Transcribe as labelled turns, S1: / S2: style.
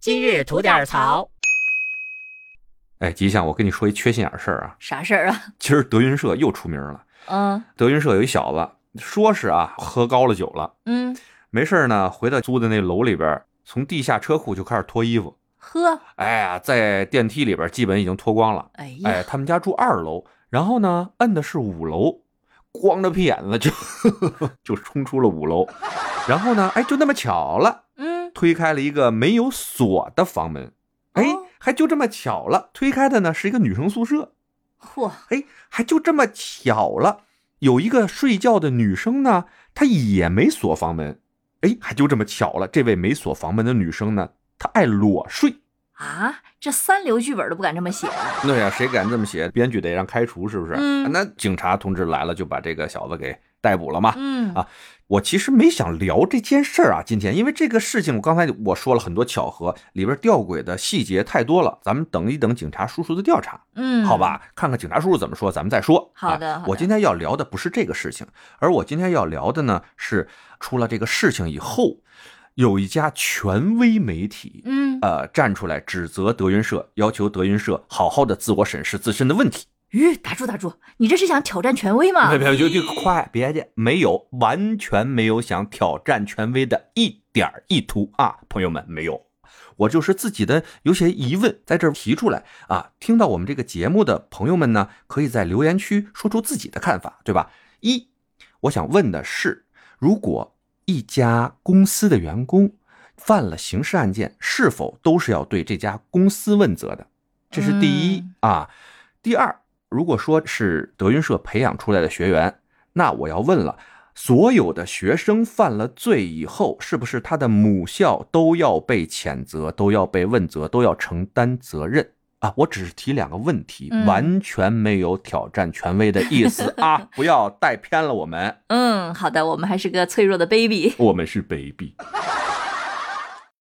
S1: 今日吐点槽。
S2: 哎，吉祥，我跟你说一缺心眼儿事儿啊，
S1: 啥事儿啊？
S2: 今儿德云社又出名了。
S1: 嗯
S2: 德云社有一小子，说是啊喝高了酒了，
S1: 嗯，
S2: 没事儿呢，回到租的那楼里边儿，从地下车库就开始脱衣服。
S1: 呵，
S2: 哎呀，在电梯里边儿基本已经脱光了。
S1: 哎
S2: 哎，
S1: 呀，
S2: 他们家住二楼，然后呢，摁的是五楼，光着屁眼子就 就冲出了五楼，然后呢，哎，就那么巧了，
S1: 嗯，
S2: 推开了一个没有锁的房门，哎
S1: 哦，
S2: 还就这么巧了，推开的呢是一个女生宿舍，
S1: 嚯，
S2: 哎，还就这么巧了，有一个睡觉的女生呢，她也没锁房门，哎，还就这么巧了，这位没锁房门的女生呢，她爱裸睡。
S1: 啊，这三流剧本都不敢这么写啊！
S2: 对呀、谁敢这么写，编剧得让开除，是不是？啊
S1: 嗯
S2: 那警察同志来了，就把这个小子给逮捕了嘛。
S1: 嗯
S2: 啊我其实没想聊这件事儿啊，今天因为这个事情，我刚才我说了很多巧合，里边吊诡的细节太多了，咱们等一等警察叔叔的调查，
S1: 嗯，
S2: 好，吧？看看警察叔叔怎么说，咱们再说。
S1: 好的
S2: 啊
S1: 好的
S2: 我今天要聊的不是这个事情，而我今天要聊的呢是出了这个事情以后，有一家权威媒体，
S1: 嗯，
S2: 呃，站出来指责德云社，要求德云社好好的自我审视自身的问题。
S1: 吁，打住打住，你这是想挑战权威吗
S2: 别？别，就就快，别介，没有，完全没有想挑战权威的一点儿意图啊，朋友们，没有。我就是自己的有些疑问，在这儿提出来啊。听到我们这个节目的朋友们呢，可以在留言区说出自己的看法，对吧？一，我想问的是，如果一家公司的员工犯了刑事案件，是否都是要对这家公司问责的？这是第一、
S1: 嗯
S2: 啊。第二，如果说是德云社培养出来的学员，那我要问了。所有的学生犯了罪以后，是不是他的母校都要被谴责，都要被问责，都要承担责任啊？我只是提两个问题，
S1: 嗯
S2: 完全没有挑战权威的意思啊！不要带偏了我们，
S1: 嗯，好的，我们还是个脆弱的 baby。
S2: 我们是 baby。